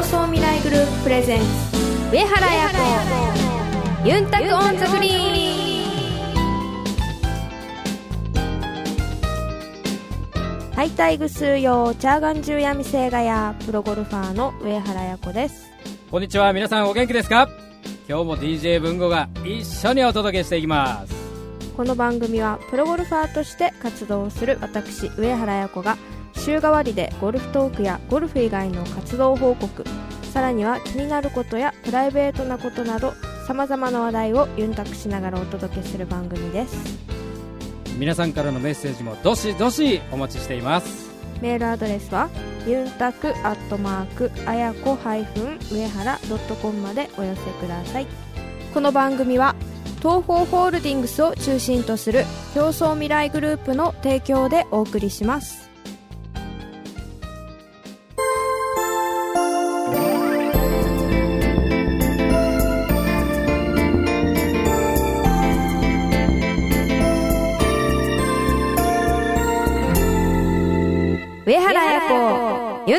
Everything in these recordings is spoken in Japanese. クルプレゼンツ上原彩子ユンタクオンザグリーンはいタイグスーヨーチャーガンジュヤミセイガヤプロゴルファーの上原彩子ですこんにちは皆さんお元気ですか今日も DJ 文吾が一緒にお届けしていきますこの番組はプロゴルファーとして活動をする私上原彩子が週替わりでゴルフトークやゴルフ以外の活動報告さらには気になることやプライベートなことなどさまざまな話題をユンタクしながらお届けする番組です皆さんからのメッセージもどしどしお待ちしていますメールアドレスはユンタクアットマークあやこハイフン上原ドットコムまでお寄せくださいこの番組は東方ホールディングスを中心とする競争未来グループの提供でお送りします上原彩子ユ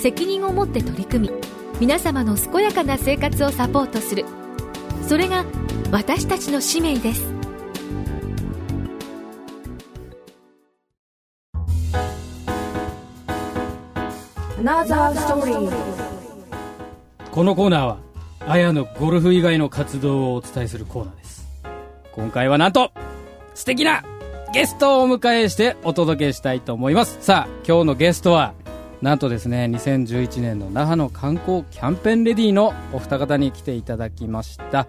責任を持って取り組み皆様の健やかな生活をサポートするそれが私たちの使命ですナザーストーリーこのコーナーはあやのゴルフ以外の活動をお伝えするコーナーです今回はなんと素敵なゲストをお迎えしてお届けしたいと思いますさあ今日のゲストはなんとですね2011年の那覇の観光キャンペーンレディーのお二方に来ていただきました、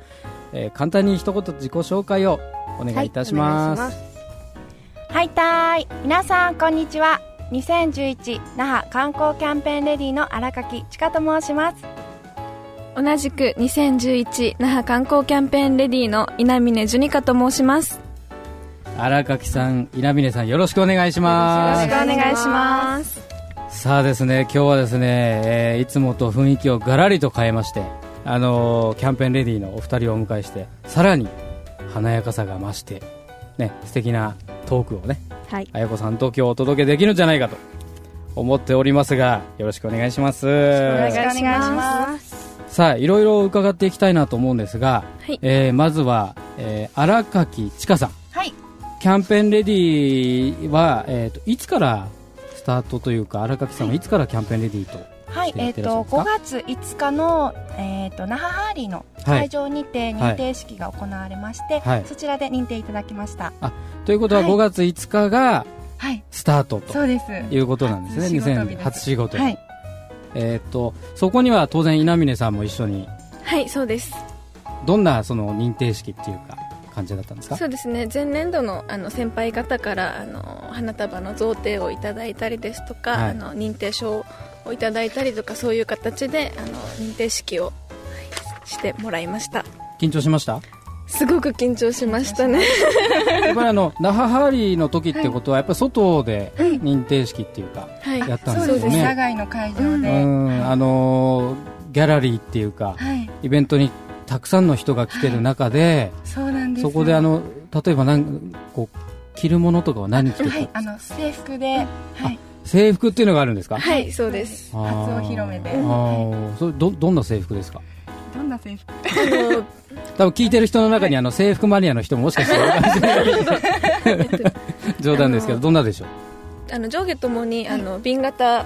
えー簡単に一言自己紹介をお願いいたします,、はいお願いしはいたーい皆さんこんにちは2011那覇観光キャンペーンレディーの荒垣千佳と申します同じく2011那覇観光キャンペーンレディーの稲峰ジュニカと申します荒垣さん稲峰さんよろしくお願いしますよろしくお願いしますさあですね今日はですね、えーいつもと雰囲気をガラリと変えましてあのーキャンペーンレディーのお二人をお迎えしてさらに華やかさが増してね素敵なトークをねはい、あやこさんと今日お届けできるんじゃないかと思っておりますがよろしくお願いしますよろしくお願いしますさあいろいろ伺っていきたいなと思うんですが、はいえーまずは、えー荒垣千佳さんはいキャンペーンレディーは、えー、といつからスタートというか荒垣さんはいつからキャンペーンレディーとはいしてえやっってらっしゃるとんですか5月5日の、えー、と那覇ハーリーのはい会場にて認定式が行われまして、はいそちらで認定いただきましたということははい5月5日がはいスタートとそうですいうことなんですね、初仕事日2000です初仕事日、はいえーっとそこには当然稲峰さんも一緒にはいそうですどんなその認定式っていうか感じだったんですかそうですね前年度のあの先輩方からあの花束の贈呈をいただいたりですとか、はいあの認定証をいただいたりとかそういう形であの認定式をはいしてもらいました緊張しましたすごく緊張しましたねやっぱりあ の那覇ハーリーの時ってことはやっぱり外で認定式っていうか、はいやったんそでうすよですね野外の会場で、うんあのーギャラリーっていうかはいイベントにたくさんの人が来てる中で、そうなんですそこであの例えばなんこう着るものとかは何着てた、はいあの制服で、はい、制服っていうのがあるんですかはいそうですあ初ーお披露目であーそれどどんな制服ですかどんな制服あの多分聞いてる人の中にあの制服マニアの人ももしかしたらいるか もしれない冗談ですけどどんなでしょう あの上下ともにあの瓶型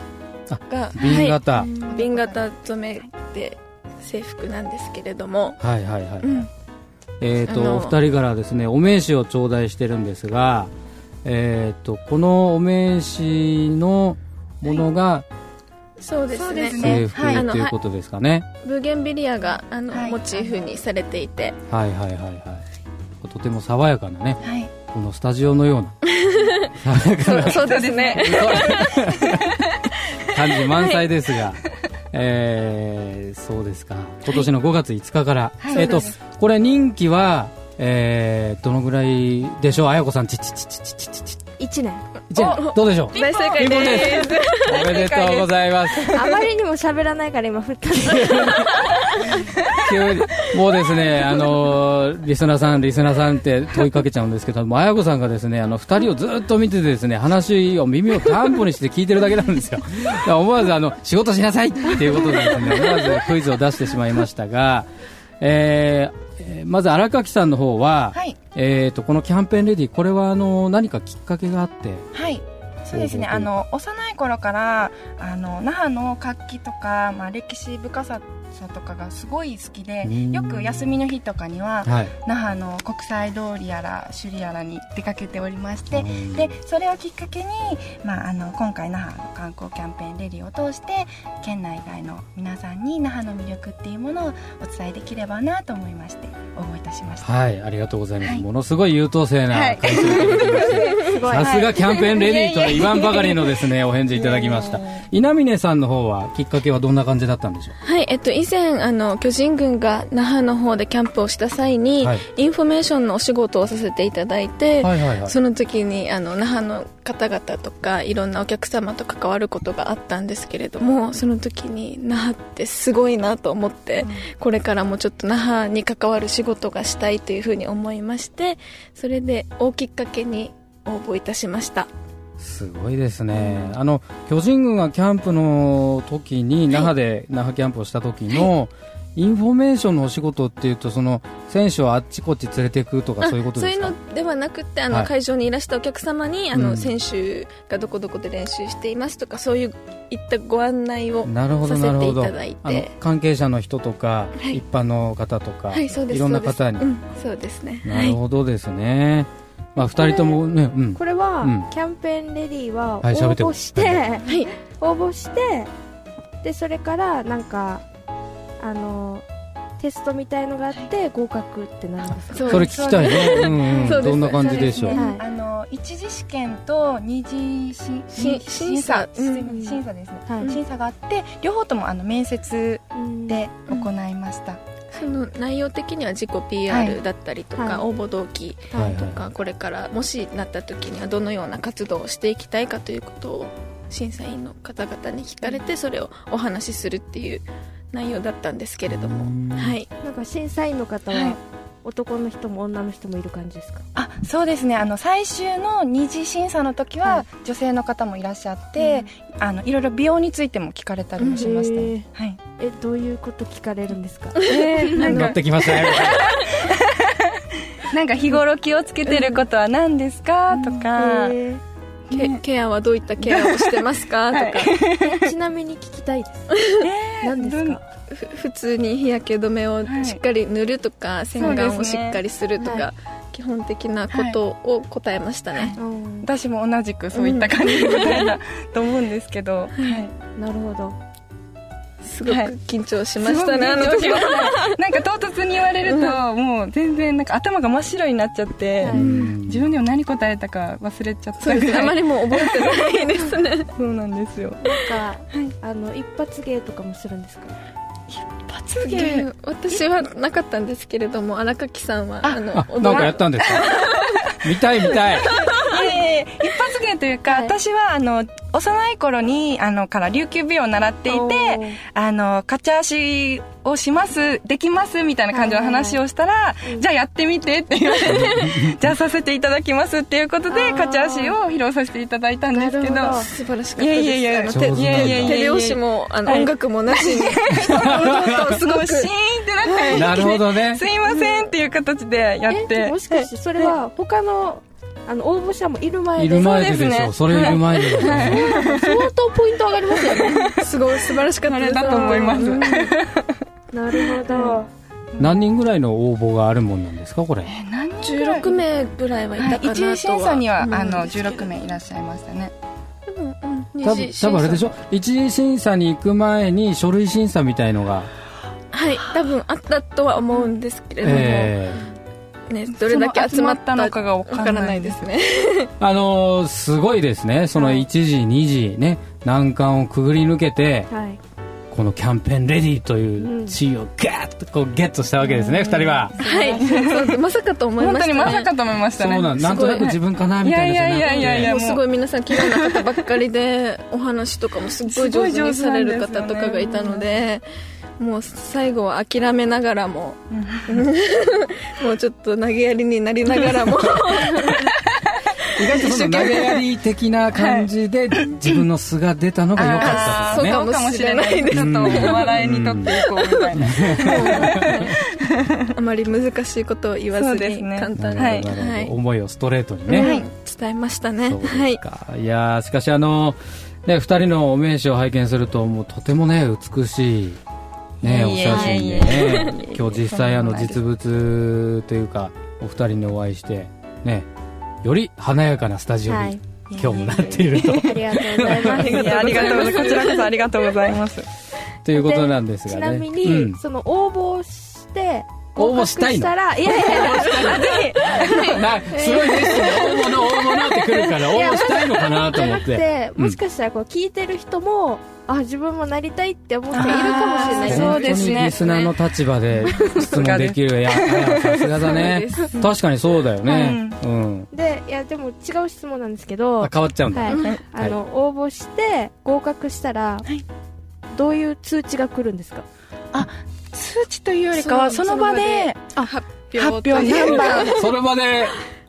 が瓶型、はい瓶型染めで制服なんですけれども、はいはいはい、うんえっ、あとのお二人からですねお名刺を頂戴してるんですがえっ、とこのお名刺のものがそうですねそうですね制服はいあのということですかね、ブーゲンビリアがあの、はいモチーフにされていてはい、はいはいはいとても爽やかなねはいこのスタジオのような爽やかそうそうですねな感じ満載ですが、えーそうですか今年の5月5日から、はいえっ、とそうこれ任期は、えーどのぐらいでしょうあやこさんちちちちちちちち1年じゃあどうでしょう大正解ですおめでとうございますあまりにも喋らないから今振ったんですけど急にもうですね、あのーリスナーさん、リスナーさんって問いかけちゃうんですけども、あやこさんがですね、あの二人をずっと見ててですね、話を耳を担保にして聞いてるだけなんですよ。だから思わずあの仕事しなさいっていうことでですね、思わずクイズを出してしまいましたが、えーえーまず荒垣さんの方は、はいえーとこのキャンペーンレディこれはあの何かきっかけがあって、はいそうですねほうあほうの幼い頃からあの那覇の活気とか、まあ、歴史深さとかがすごい好きでうんよく休みの日とかにははい、那覇の国際通りやら首里やらに出かけておりましてうんでそれをきっかけに、まあ、あの今回那覇の観光キャンペーンレディを通して県内外の皆さんに那覇の魅力っていうものをお伝えできればなと思いまして応募いたしました。はい、ありがとうございます。はいものすごい優等生な回答をいただきましてすごいさすがキャンペーンレディーとは言わんばかりのですね、お返事いいただきました。稲峰さんの方はきっかけはどんな感じだったんでしょはい、えっと、以前、あの、巨人軍が那覇の方でキャンプをした際に、はいインフォメーションのお仕事をさせていただいて、う。はいはいはい。その時に、あの、那覇の方々とか、いろんなお客様と関わることがあったんですけれども、その時に、那覇ってすごいなと思って、これからもちょっと那覇に関わる仕事がしたいというふうに思いまして、それで、大きっかけに応募いたしました。すごいですね。あの巨人軍がキャンプの時に那覇で那覇キャンプをした時の。インフォメーションのお仕事っていうとその選手をあっちこっち連れていくとかそういうことそうでいすうかのではなくてあの、はい会場にいらしたお客様にあうの、ん選手がどこどこで練習していますとかそういういったご案内をなるほどなるほどさせていたあだいのて関係者の人とか、はい一般の方とか、はいそうですろんな方に、そうです,、うん、そうですねなるほどですね、まあ二人ともね、うん、これは、うんキャンペーンレディーは応はい喋って募して、はい、はい応募してでそれからなんかあのテストみたいのがあって合格ってなるんですかそうそれ聞きたいね、うんうんそうですどんな感じでしそょううですねはいあの一次試験と二次しし審査審査,、うん審査ですね、はい審査があって両方ともあの面接うんで行いました、その内容的には自己は PR だったりとか、はい応募動機ははいいとか、これからもしなった時にはどのような活動をしていきたいかということを審査員の方々に聞かれてそれをお話しするっていう内容だったんですけれどうんもはいなんか審査員の方は、はい男の人も女の人もいる感じですかあそうですねあの最終の二次審査の時は女性の方もいらっしゃって、あのいろいろ美容についても聞かれたりもしました、うんへーはい、えどういうこと聞かれるんですかえー、 なん乗かってきましたねなんか日頃気をつけてることは何ですか、とか、 えケケアはどういったケアをしてます かとか、ー ちなみに聞きたい です何ですかふ普通に日焼け止めをしっかり塗るとか、洗顔をしっかりするとか、そうです基本的なことを答えましたね、うん私も同じくそういった感じみたいな、と思うんですけど、はい、なるほどすごくはい緊張しましたね、あの時はは なんか唐突に言われるともう全然なんか頭が真っ白になっちゃって、はい自分でも何答えたか忘れちゃっそたうでぐすねあまらいりもう覚えてないですねそうなんですよなんか、あの一発芸とかもするんですか罰で私はなかったんですけれども荒垣さんはあのあなんかやったんですか見たい見たいいえいえ一発芸というか、はい私はあの幼い頃にあのから琉球舞踊を習っていおてーあの勝ち足をしますできますみたいな感じの話をしたら、いはいじゃあやってみてって言われてじゃあさせていただきますっていうことあでー勝ち足を披露させていただいたんですけどなるほど素晴らしかっいたやですいやいやあの上手なんだ手いやいやいやいや手拍子もあの、はい音楽もなし に 堂々とすすごごくいシーンってなってなるほど ねすいませんっていう形でやっえてもしかしてそれは他のあの応募者もいる前いでる前ででしょそそうれですねいる前でだね相当ポイント上がりますよねすごい素晴らしかったあでれすだと思います、うん なるほど何人ぐらいの応募があるもんなんですかこれえ何人ぐらい16名ぐらいはいたかはないとは、一次審査には、うんあの16名いらっしゃいましたねでもうん二多分次審査多分あれでしょ一次審査に行く前に書類審査みたいのが、はい多分あったとは思うんですけれども、えね、どれだけ集まったその集まったのかがわわかんないからないですねえあのーすごいですねその一次二次ね難関をくぐり抜けてはいこのキャンペーンレディーという地位をガーッとこうゲットしたわけですね、二人は。はいそうまさかと思い本ま当にしまたさねかと思いましそたうねなんなんとなく自分かなみたいなじゃなくていやいやいやいやもうすごい皆さん綺麗な方ばっかりでお話とかもすっごい上手にされる方とかがいたのでもう最後は諦めながらももうちょっと投げやりになりなが らも意外とその投げやり的な感じで自分の素が出たのが良かったですね。そうかもしれないですちょっとお笑いにとっていこうみたいなあまり難しいことを言わそずうですにね簡単に、なるほどなるほどはい思いをストレートにね。伝えましたねそうではすいか。い、やーしかしあのね二人のお名刺を拝見するともうとてもね美しい。ね、おいえいえ写真でね今日実際あのそんなことないです実物というかお二人にお会いしてねより華やかなスタジオはにい今日もなっていると ありがとうございますいやありがとうございますこちらこそありがとうございますということなんですちがなねみに、うんその応募して応募したいの合格したらいやいやいやなすごいですね大物大物ってくるから応募したいのかなと思っでてもしかしたらこう聞いてる人も、あ自分もなりたいって思っているかもしれないあーそうですね本当にリスナーの立場で質問できるいやいやさすがだね確かにそうだよねうんでいやでも違う質問なんですけど、あはい、変わっちゃうんだあの応募して合格したら、どういう通知が来るんですか数値というよりかはその場で発表発表という何番それまで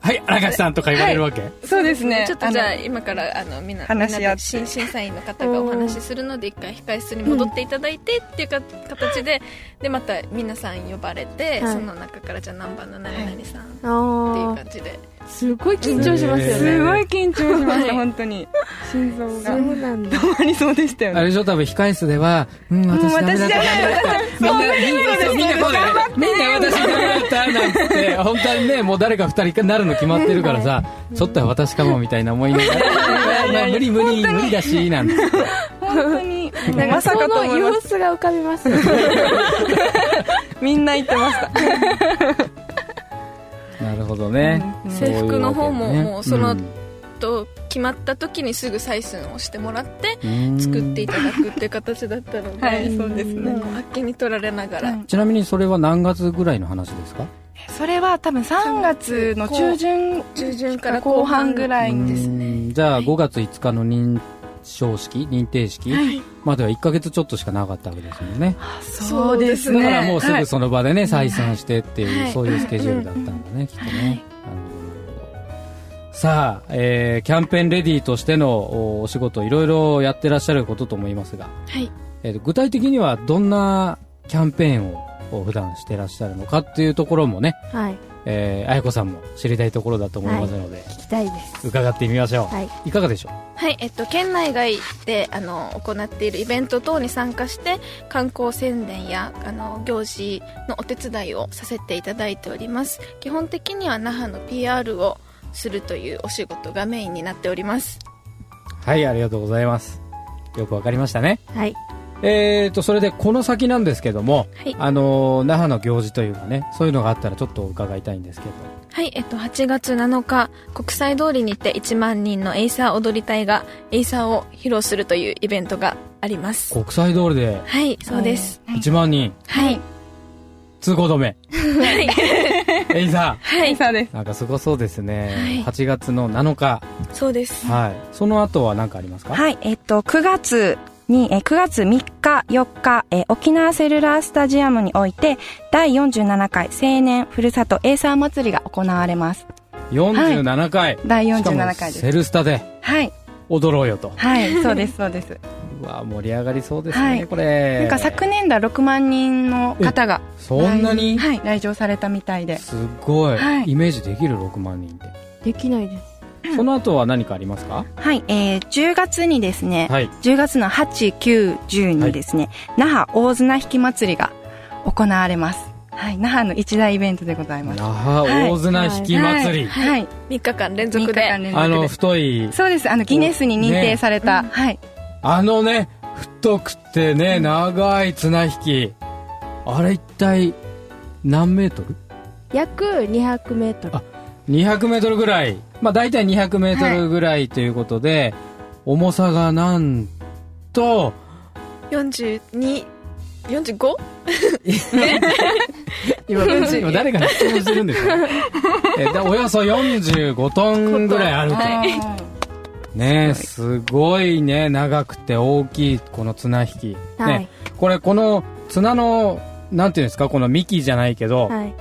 はい荒垣さんとか言われるわけ そうですねちょっとじゃああの今からあのみんな話し合ってみんなで新審査員の方がお話しするので一回控室に戻っていただいてっていうか形ででまた皆さん呼ばれて、はいその中からじゃあ何番の何々さんっていうあ感じで、あすごい緊張しますよね、えすごい緊張しましはいた本当に心臓そがうなんだ止まりそうでしたよあねれでしょ多分控室ではうんもう私ダメ私だっじたゃないみんなみんなこうだよねみんな私ダメだったなんつって本当にねもう誰か二人になるの決まってるからさちょっとは私かもみたいな思いながら まあ無理無理無理だしなんて本当になんまかさそかとの思いま様す子が浮かびます みんな言ってましたなるほどねうんそういうわけね制服の方ももうそのんと決まった時にすぐ採寸をしてもらって作っていただくっていう形だったので、はいそうですねもうあっけに取られながら、うんちなみにそれは何月ぐらいの話ですかそれは多分3月の中旬中旬かからら後半ぐいらいにですねうんじゃあ5月5日の認証式認定式までは1ヶ月ちょっとしかなかったわけですもんねそうですだからもうすはぐいその場でね採算してっていうはいそういうスケジュールだったんだねきっとねなるほどさあ、えーキャンペーンレディーとしてのおお仕事いろいろやってらっしゃることと思いますが、はいえーと具体的にはどんなキャンペーンをお普段してらっしゃるのかっていうところもね、はいえー、あやこさんも知りたいところだと思いますので、聞きたいです伺ってみましょう、はいい、かがでしょはい、えっと、県内外であの行っているイベント等に参加して観光宣伝やあの行事のお手伝いをさせていただいております基本的には那覇の PR をするというお仕事がメインになっておりますうはいありがとうございますよくわかりましたねはいえー、とそれでこの先なんですけども、はいあのー那覇の行事というかねそういうのがあったらちょっと伺いたいんですけどはい、えっと、8月7日国際通りにて1万人のエイサー踊り隊がエイサーを披露するというイベントがあります国際通りではいそうです、 1万人はい通行止 めはいえいさはいそうですんなんかすごそうですね、は8月の7日そうですはいその後は何かありますか、はい、えっと、9月に、えー9月3日、4日、えー沖縄セルラースタジアムにおいて、第47回青年ふるさとエイサー祭りが行われます。 47回、第しかも47回です。セルスタではい、踊ろうよとはい、そうです、そ うです。うわ盛り上がりそうですね、はいこれなんか昨年度は6万人の方が、そんなに、はい、来場されたみたいで。すごい、はいイメージできる6万人って、できないですその後は何かありますか、はい、えー10月にですね、はい10月の8、9、10にですね、那覇大綱引き祭りが行われます。はい、那覇の一大イベントでございます。那覇大綱引き祭り、はい、はい3日間連三日続で間連あ続ので太いそうですあのギネスに認定された、はいあのね太くてね長い綱引きあれ一体何メートル約200メートルあ200メートルぐらいまあ大体200メートルぐらいということで、重さがなんと42 45? 今、今誰が質問してるんですかえだおよそ45トンぐらいあると。ねえ、すごいね、長くて大きい、この綱引き。はいね、これ、この綱の、なんていうんですか、この幹じゃないけど、はい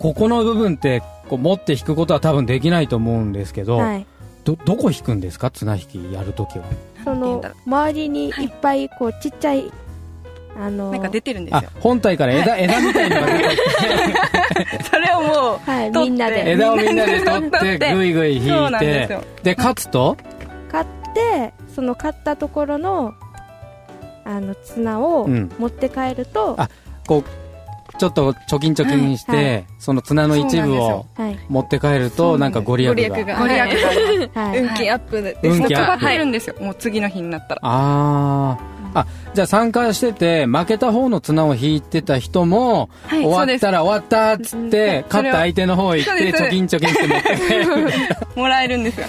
ここの部分って、こう持って引くことは多分できないと思うんですけど、はいど、どこ引くんですか綱引きやるときは。その周りにいっぱいこうちっちゃいあのなんか出てるんですあよ、 本体から枝、枝みたいなのが出てきてそれをもうはい取ってみんなで枝をみんなで取ってぐいぐい引そういなんですてよで勝つと買ってその買ったところのあの綱をうん持って帰ると、あこうちょっと貯金貯金して、はいはその綱の一部をはい持って帰るとなんかご利益ががご利益があはいりますはい、運気アップです運元気アップが入るんですよもう次の日になったらあーあじゃあ参加してて負けた方の綱を引いてた人も、はいそう終わでっすたら終わったっつってそ勝れっをた相手の方へ行っそうてですそう貯です金貯金して持って帰る もらえるんですよ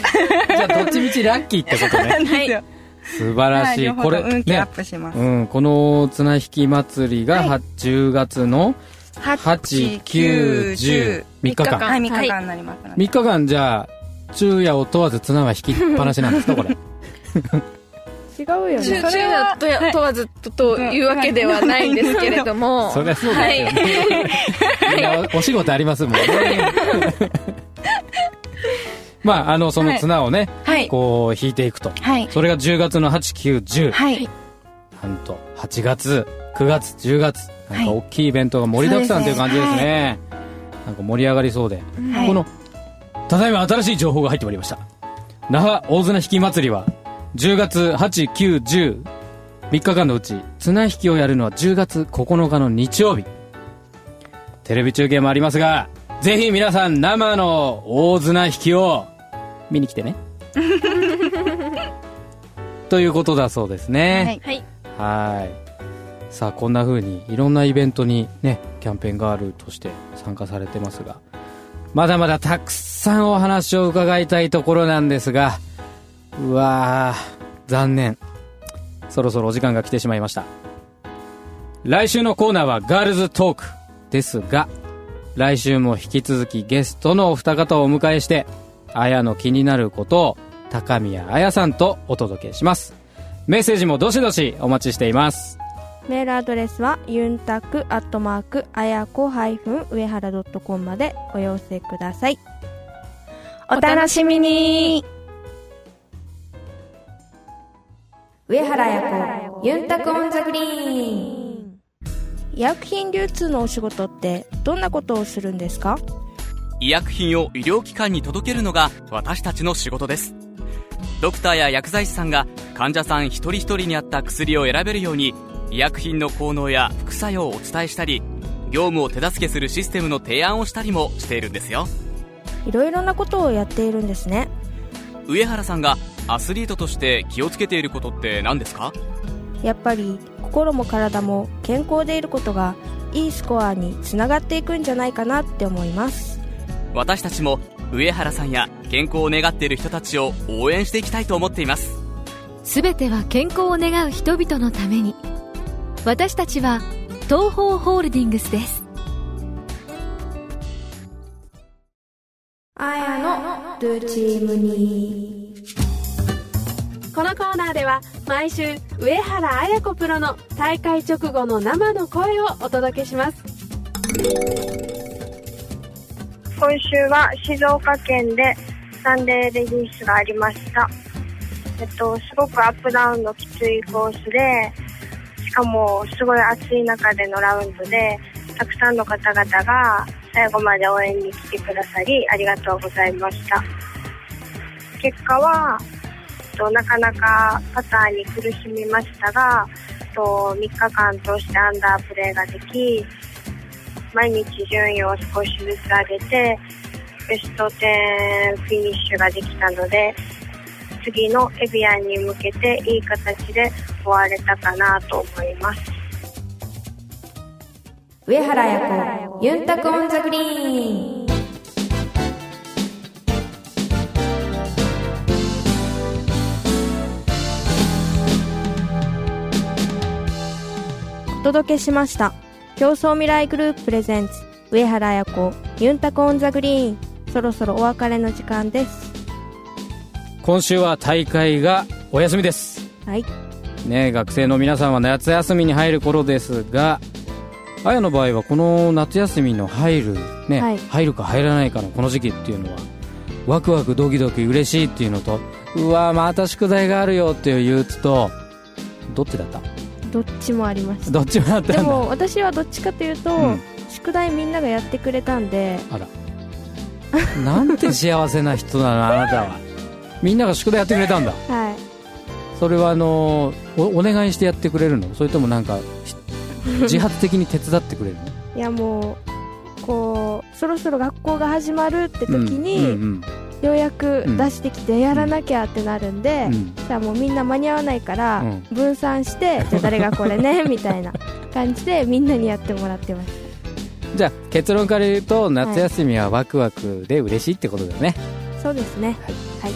じゃあどっちみちラッキーってことねなんですよ素晴らはしい、両方これと運気アねップします、うん、この綱引き祭りが、はいは10月の8、9、10、3日間。はい、3日間になりますので3日間じゃあ、昼夜を問わず綱は引きっぱなしなんですか、こ 違れ。うよね中そ中れはやとやはい問わずとというわけではないんですけれどもそりゃそうですよね。 みんなお仕事ありますもんね。 まあ、あの、その綱をね、はいこう、引いていくと。はいそれが10月の8、9、10。はいなんと、8月、9月、10月。なんかはい大きいイベントが盛りだくさんという感じですそうですね。なんか盛り上がりそうで。はいこのただいま新しい情報が入ってまいりました那覇大綱引き祭りは10月8910 3日間のうち綱引きをやるのは10月9日の日曜日テレビ中継もありますがぜひ皆さん生の大綱引きを見に来 てねということだそうですねはいはいさあこんな風にいろんなイベントにねキャンペーンガールとして参加されてますがまだまだたくさんお話を伺いたいところなんですがうわー残念そろそろお時間が来てしまいました来週のコーナーはガールズトークですが来週も引き続きゲストのお二方をお迎えしてあやの気になることを高宮あやさんとお届けしますメッセージもどしどしお待ちしていますメールアドレスはユンタクアットマークあやこハイフン上原ドットコムまでお寄せくださいお楽しみに上原やこユンタクオンザグリーン医薬品流通のお仕事ってどんなことをするんですか医薬品を医療機関に届けるのが私たちの仕事ですドクターや薬剤師さんが患者さん一人一人に合った薬を選べるように医薬品の効能や副作用をお伝えしたり業務を手助けするシステムの提案をしたりもしているんですよいろいろなことをやっているんですね上原さんがアスリートとして気をつけていることって何ですかやっぱり心も体も健康でいることがいいスコアにつながっていくんじゃないかなって思います私たちも上原さんや健康を願っている人たちを応援していきたいと思っていますすべては健康を願う人々のために私たちは東方ホールディングスですあやのドゥチームにこのコーナーでは毎週上原彩子プロの大会直後の生の声をお届けします今週は静岡県でサンデーレディースがありました。えっと、すごくアップダウンのきついコースで、しかもすごい暑い中でのラウンドで、たくさんの方々が最後まで応援に来てくださり、ありがとうございました。結果は、えっとなかなかパターに苦しみましたが、えっと3日間通してアンダープレーができ、毎日順位を少しずつ上げてベスト10フィニッシュができたので次のエビアンに向けていい形で終われたかなと思います上原やこユンタクオンザグリーン届けしました競争未来グループプレゼンツ上原綾子ユンタコオンザグリーンそろそろお別れの時間です今週は大会がお休みですはいね学生の皆さんは夏休みに入る頃ですがあやの場合はこの夏休みの入るね、はい入るか入らないかのこの時期っていうのはワクワクドキドキ嬉しいっていうのとうわまた宿題があるよっていう憂鬱とどっちだったどっちもありましたどっちもあったんでだも私はどっちかというと、うん宿題みんながやってくれたんであらなんて幸せな人だなあなたはみんなが宿題やってくれたんだはいそれはあのーおお願いしてやってくれるのそれともなんか ひ自発的に手伝ってくれるのいやもうこうそろそろ学校が始まるって時に、うんうんようやく出してきてやらなきゃってなるんで、うんうんさあもうみんな間に合わないからうん分散して、じゃあ誰がこれ ねみたいな感じでみんなにやってもらってますじゃあ結論から言うと夏休みはワクワクで嬉しいってことだよね、そうですねはい、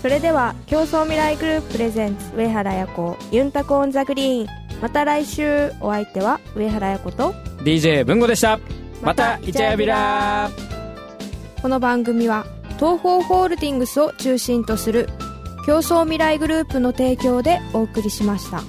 それでは競争未来グループプレゼンツ上原綾子ユンタコオンザグリーンまた来週お相手は上原綾子と DJ 文吾でしたままたたイチャヤビラこの番組は東方ホールディングスを中心とする競争未来グループの提供でお送りしました。